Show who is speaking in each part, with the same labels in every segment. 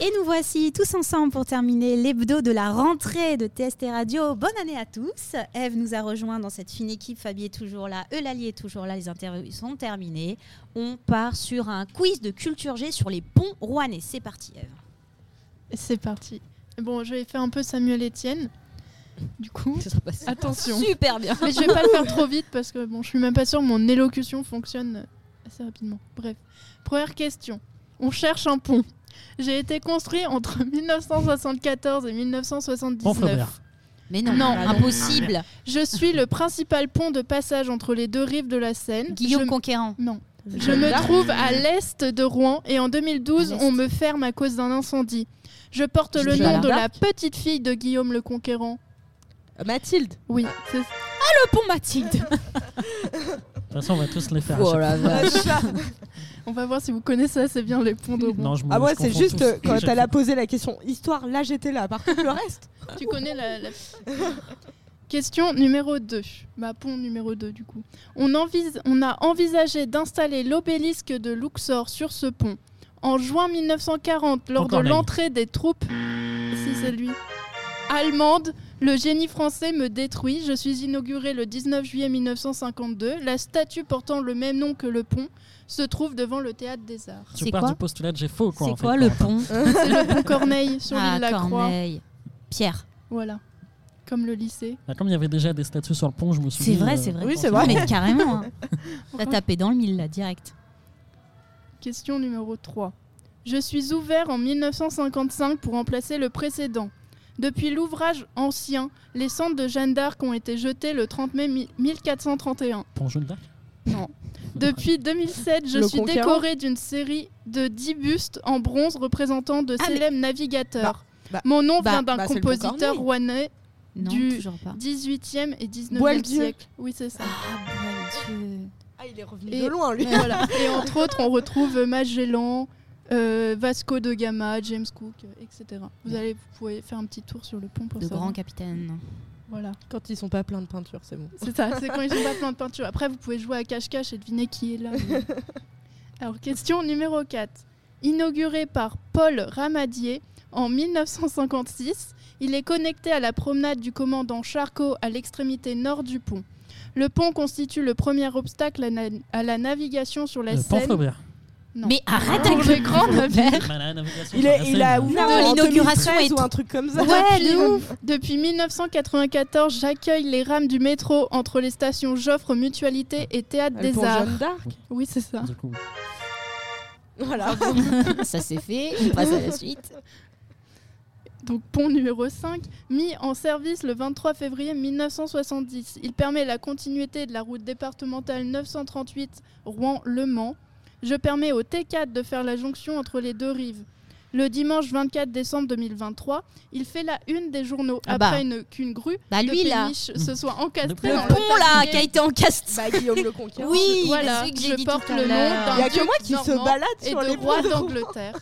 Speaker 1: Et nous voici tous ensemble pour terminer l'hebdo de la rentrée de TST Radio. Bonne année à tous. Eve nous a rejoints dans cette fine équipe. Fabie est toujours là. Eulalie est toujours là. Les interviews sont terminées. On part sur un quiz de culture G sur les ponts rouennais. C'est parti, Eve.
Speaker 2: C'est parti. Bon, je vais faire un peu Samuel Etienne. Du coup,
Speaker 1: Ça sera passé
Speaker 2: attention.
Speaker 1: super bien.
Speaker 2: Mais je vais pas le faire trop vite parce que bon, je suis même pas sûre que mon élocution fonctionne assez rapidement. Bref, première question. On cherche un pont. J'ai été construit entre 1974 et
Speaker 3: Mon
Speaker 2: 1979.
Speaker 3: Flaubert.
Speaker 1: Mais non,
Speaker 2: Non.
Speaker 1: impossible.
Speaker 2: Je suis le principal pont de passage entre les deux rives de la Seine.
Speaker 1: Guillaume
Speaker 2: Je-
Speaker 1: Conquérant.
Speaker 2: Non. Je me trouve à l'est de Rouen et en 2012,
Speaker 1: À l'est.
Speaker 2: on me ferme à cause d'un incendie. Je porte
Speaker 4: Je
Speaker 2: le
Speaker 4: dis
Speaker 2: nom
Speaker 4: Jeanne
Speaker 2: de la petite fille de Guillaume le Conquérant.
Speaker 4: Mathilde.
Speaker 2: Oui, c'est
Speaker 1: Le pont Mathilde.
Speaker 3: De toute façon, on va tous les faire. à
Speaker 4: Oh
Speaker 3: chaque
Speaker 4: la vache.
Speaker 2: On va voir si vous connaissez assez bien les ponts de
Speaker 3: fois.
Speaker 2: Rouen.
Speaker 3: Non, je me-
Speaker 4: Ah moi
Speaker 3: je
Speaker 4: c'est
Speaker 3: confonds
Speaker 4: juste
Speaker 3: tous.
Speaker 4: euh, quand
Speaker 3: Je-
Speaker 4: elle a posé la question histoire, là j'étais là. Par contre le reste,
Speaker 2: Tu connais la... la- Question numéro 2. Bah, pont numéro 2 du coup. On, envis- on a envisagé d'installer l'obélisque de Luxor sur ce pont. En juin 1940, lors
Speaker 3: Encore
Speaker 2: de
Speaker 3: là, il-
Speaker 2: l'entrée des troupes... Si c'est lui. Allemande, le génie français me détruit. Je suis inauguré le 19 juillet 1952. La statue portant le même nom que le pont se trouve devant le théâtre des arts.
Speaker 3: Tu
Speaker 1: C'est
Speaker 3: pars
Speaker 1: quoi
Speaker 3: du postulat de j'ai faux quoi. en
Speaker 1: C'est
Speaker 3: fait,
Speaker 1: quoi le
Speaker 3: Corentin.
Speaker 1: pont
Speaker 2: C'est le pont Corneille Hein, sur l'île
Speaker 1: Ah,
Speaker 2: de la Croix.
Speaker 1: Corneille. Pierre.
Speaker 2: Voilà. Comme le lycée.
Speaker 3: Ah, Comme il y avait déjà des statues sur le pont, je me suis
Speaker 1: C'est
Speaker 3: dit,
Speaker 1: vrai,
Speaker 3: euh,
Speaker 1: c'est vrai.
Speaker 4: oui, c'est vrai.
Speaker 1: Mais carrément. hein. T'as
Speaker 2: Pourquoi
Speaker 1: tapé dans le mille, là, direct.
Speaker 2: Question numéro 3. Je suis ouvert en 1955 pour remplacer le précédent. Depuis l'ouvrage ancien, les cendres de Jeanne d'Arc ont été jetées le 30 mai mi- 1431.
Speaker 3: Pont Jules d'Arc. Euh,
Speaker 2: Depuis 2007, je
Speaker 4: Le
Speaker 2: suis
Speaker 4: conquérant.
Speaker 2: décoré d'une série de 10 bustes en bronze représentant de
Speaker 1: Ah, mais-
Speaker 2: célèbres navigateurs.
Speaker 4: bah,
Speaker 2: Mon nom
Speaker 4: bah,
Speaker 2: vient d'un
Speaker 4: bah, c'est le
Speaker 2: compositeur
Speaker 4: Montcornet.
Speaker 2: rouennais
Speaker 1: Non,
Speaker 2: Du-
Speaker 1: toujours pas.
Speaker 2: 18e et 19e
Speaker 4: Boieldieu.
Speaker 2: siècle. Oui, c'est ça.
Speaker 4: ah il est revenu
Speaker 2: Et-
Speaker 4: de loin lui.
Speaker 2: Voilà. Et entre autres, on retrouve Magellan, euh, Vasco de Gama, James Cook, euh, etc. Vous allez, vous pouvez faire un petit tour sur le pont pour
Speaker 1: Le
Speaker 2: savoir.
Speaker 1: grand capitaine.
Speaker 2: Voilà.
Speaker 4: Quand ils sont pas pleins de peinture, c'est bon.
Speaker 2: C'est ça. C'est quand ils ont pas plein de peinture. Après, vous pouvez jouer à cache-cache et deviner qui est là. Alors, question numéro 4. Inauguré par Paul Ramadier en 1956, il est connecté à la promenade du commandant Charcot à l'extrémité nord du pont. Le pont constitue le premier obstacle à, na- à la navigation sur la
Speaker 3: Le pont
Speaker 2: Seine.
Speaker 3: Flaubert.
Speaker 2: Non.
Speaker 1: Mais arrête
Speaker 2: Pour
Speaker 1: avec
Speaker 2: le
Speaker 1: le
Speaker 2: grand
Speaker 1: pont Robert.
Speaker 3: Bah, la navigation sur
Speaker 4: Il, est,
Speaker 3: la euh,
Speaker 4: il
Speaker 3: Seine.
Speaker 4: a ouvert
Speaker 1: Non,
Speaker 4: en
Speaker 1: l'inauguration
Speaker 4: 2013
Speaker 1: est-
Speaker 4: ou un truc comme ça.
Speaker 1: Ouais,
Speaker 2: Depuis-
Speaker 1: de ouf.
Speaker 2: Depuis 1994, j'accueille les rames du métro entre les stations Joffre, Mutualité et Théâtre
Speaker 1: Euh,
Speaker 4: Le
Speaker 2: des
Speaker 4: pont
Speaker 2: Arts.
Speaker 4: Jeanne d'Arc.
Speaker 2: Oui, c'est ça.
Speaker 3: Du coup,
Speaker 4: Voilà.
Speaker 1: Ça c'est fait, on passe à la suite.
Speaker 2: Donc pont numéro 5, mis en service le 23 février 1970. Il permet la continuité de la route départementale 938 Rouen-Le Mans. Je permets au T4 de faire la jonction entre les deux rives. Le dimanche 24 décembre 2023, il fait la une des journaux
Speaker 1: Ah bah.
Speaker 2: après une- qu'une grue
Speaker 1: Bah
Speaker 2: de
Speaker 1: lui là, Mmh.
Speaker 2: péniche se soit encastrée
Speaker 3: Le
Speaker 2: dans
Speaker 1: le pont là
Speaker 2: tablier.
Speaker 1: qui a été encastré.
Speaker 4: bah Guillaume le Conquérant.
Speaker 1: Oui,
Speaker 2: Voilà,
Speaker 1: celui que j'ai
Speaker 2: je
Speaker 1: dit
Speaker 2: porte
Speaker 1: tout à
Speaker 2: le nom
Speaker 1: l'heure.
Speaker 2: d'un
Speaker 4: Il y a
Speaker 2: duc
Speaker 4: que moi qui se
Speaker 2: normand
Speaker 4: balade
Speaker 2: et
Speaker 4: sur les
Speaker 2: de roi
Speaker 4: ponts.
Speaker 2: d'Angleterre.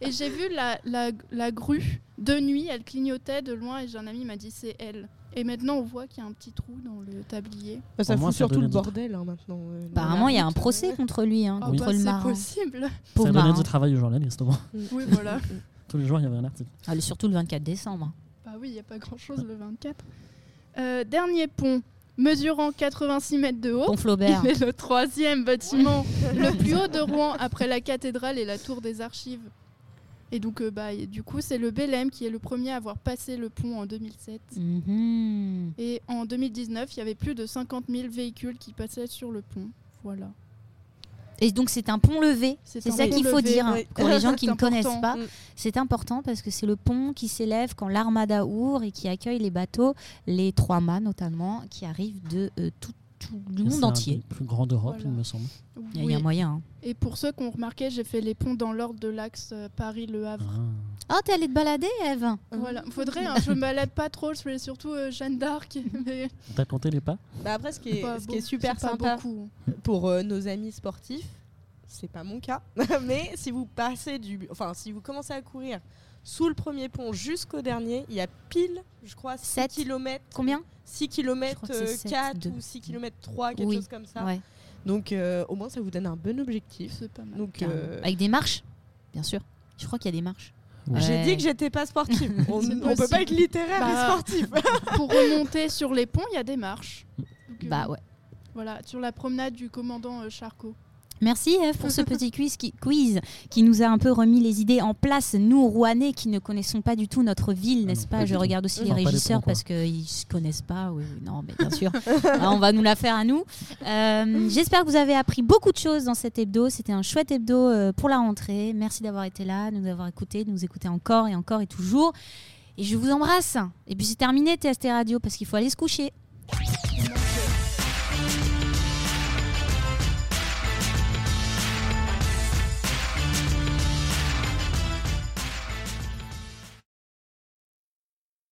Speaker 2: Et j'ai vu la, la, la grue de nuit, elle clignotait de loin et j'ai un ami m'a dit c'est elle. Et maintenant on voit qu'il y a un petit trou dans le tablier.
Speaker 4: Bah,
Speaker 3: Au
Speaker 4: Ça
Speaker 3: moins,
Speaker 4: fout
Speaker 3: ça
Speaker 4: surtout
Speaker 3: donne
Speaker 4: le
Speaker 3: du-
Speaker 4: bordel hein, maintenant. euh, dans
Speaker 1: Apparemment,
Speaker 4: la
Speaker 1: il y a un
Speaker 4: route.
Speaker 1: procès contre lui, hein,
Speaker 2: Ah
Speaker 3: Oui.
Speaker 1: contre
Speaker 2: bah,
Speaker 1: le
Speaker 2: c'est
Speaker 1: marin.
Speaker 2: possible.
Speaker 3: ça
Speaker 1: Pauvre
Speaker 3: donnait
Speaker 1: marin.
Speaker 3: du travail aux journalistes. au moins.
Speaker 2: Oui voilà.
Speaker 3: Tous les jours, il y avait un article.
Speaker 1: Ah, le- surtout le 24 décembre. hein.
Speaker 2: bah oui, il n'y a pas grand chose le 24. Euh, dernier pont, mesurant 86 mètres de haut.
Speaker 1: Pont Flaubert.
Speaker 2: Il est le troisième bâtiment le plus haut de Rouen après la cathédrale et la tour des archives. Et donc, euh, bah, et du coup, c'est le Bélem qui est le premier à avoir passé le pont en 2007.
Speaker 1: Mhm.
Speaker 2: Et en 2019, il y avait plus de 50 000 véhicules qui passaient sur le pont. Voilà.
Speaker 1: Et donc c'est un pont levé.
Speaker 2: C'est
Speaker 1: C'est
Speaker 2: un
Speaker 1: ça
Speaker 2: pont
Speaker 1: qu'il faut
Speaker 2: levé,
Speaker 1: dire hein,
Speaker 4: oui.
Speaker 1: pour les gens qui
Speaker 2: C'est
Speaker 1: ne connaissent
Speaker 2: important.
Speaker 1: pas.
Speaker 4: Mm.
Speaker 1: C'est important parce que c'est le pont qui s'élève quand l'armada ouvre et qui accueille les bateaux, les trois mâts notamment, qui arrivent de euh, tout, tout le
Speaker 3: C'est
Speaker 1: monde
Speaker 3: un
Speaker 1: entier.
Speaker 3: des Plus grand d'Europe,
Speaker 2: Voilà.
Speaker 3: il me semble.
Speaker 1: Il y a
Speaker 2: Oui.
Speaker 1: un moyen. hein.
Speaker 2: Et pour ceux qui ont remarqué, j'ai fait les ponts dans l'ordre de l'axe euh, Paris-Le
Speaker 3: Ah.
Speaker 2: Havre.
Speaker 1: Oh, t'es allée te balader, Eve
Speaker 2: Voilà. Faudrait, hein, je me balade pas trop, je fais surtout euh, Jeanne d'Arc. Mais
Speaker 3: T'as compté les pas
Speaker 4: Bah après, ce qui est,
Speaker 2: pas
Speaker 4: ce
Speaker 2: beau-
Speaker 4: qui est super
Speaker 2: c'est pas
Speaker 4: sympa
Speaker 2: beaucoup. hein.
Speaker 4: pour euh, nos amis sportifs, c'est pas mon cas, mais si vous passez du, enfin si vous commencez à courir sous le premier pont jusqu'au dernier, il y a pile, je crois, 6
Speaker 1: Sept.
Speaker 4: km.
Speaker 1: Combien
Speaker 4: 6 km
Speaker 1: Je crois que c'est sept,
Speaker 4: 4
Speaker 1: deux.
Speaker 4: euh, ou 6 km 3, quelque
Speaker 1: Oui.
Speaker 4: chose comme ça.
Speaker 1: Ouais,
Speaker 4: Donc euh, au moins ça vous donne un bon objectif.
Speaker 2: C'est pas mal.
Speaker 4: Donc
Speaker 1: carrément.
Speaker 4: euh,
Speaker 1: Avec des marches, bien sûr. Je crois qu'il y a des marches.
Speaker 3: Ouais.
Speaker 4: J'ai dit que j'étais pas sportive. On
Speaker 2: C'est
Speaker 4: ne peut
Speaker 2: possible.
Speaker 4: pas être littéraire
Speaker 2: Bah.
Speaker 4: et sportif.
Speaker 2: Pour remonter sur les ponts, il y a des marches. Donc, euh,
Speaker 1: Bah ouais.
Speaker 2: Voilà, sur la promenade du commandant euh, Charcot.
Speaker 1: Merci Eve pour ce petit quiz qui, quiz qui nous a un peu remis les idées en place, nous Rouennais qui ne connaissons pas du tout notre ville,
Speaker 3: Ah
Speaker 1: n'est-ce
Speaker 3: non,
Speaker 1: pas,
Speaker 3: pas
Speaker 1: Je
Speaker 3: du tout.
Speaker 1: regarde aussi
Speaker 3: Non,
Speaker 1: les
Speaker 3: pas les
Speaker 1: régisseurs
Speaker 3: ponts, quoi.
Speaker 1: parce qu'ils ne se connaissent pas. Oui, oui, non, mais bien sûr, Ah, on va nous la faire à nous. Euh, J'espère que vous avez appris beaucoup de choses dans cet hebdo. C'était un chouette hebdo euh, pour la rentrée. Merci d'avoir été là, de nous avoir écoutés, de nous écouter encore et encore et toujours. Et je vous embrasse. Et puis c'est terminé TST Radio parce qu'il faut aller se coucher.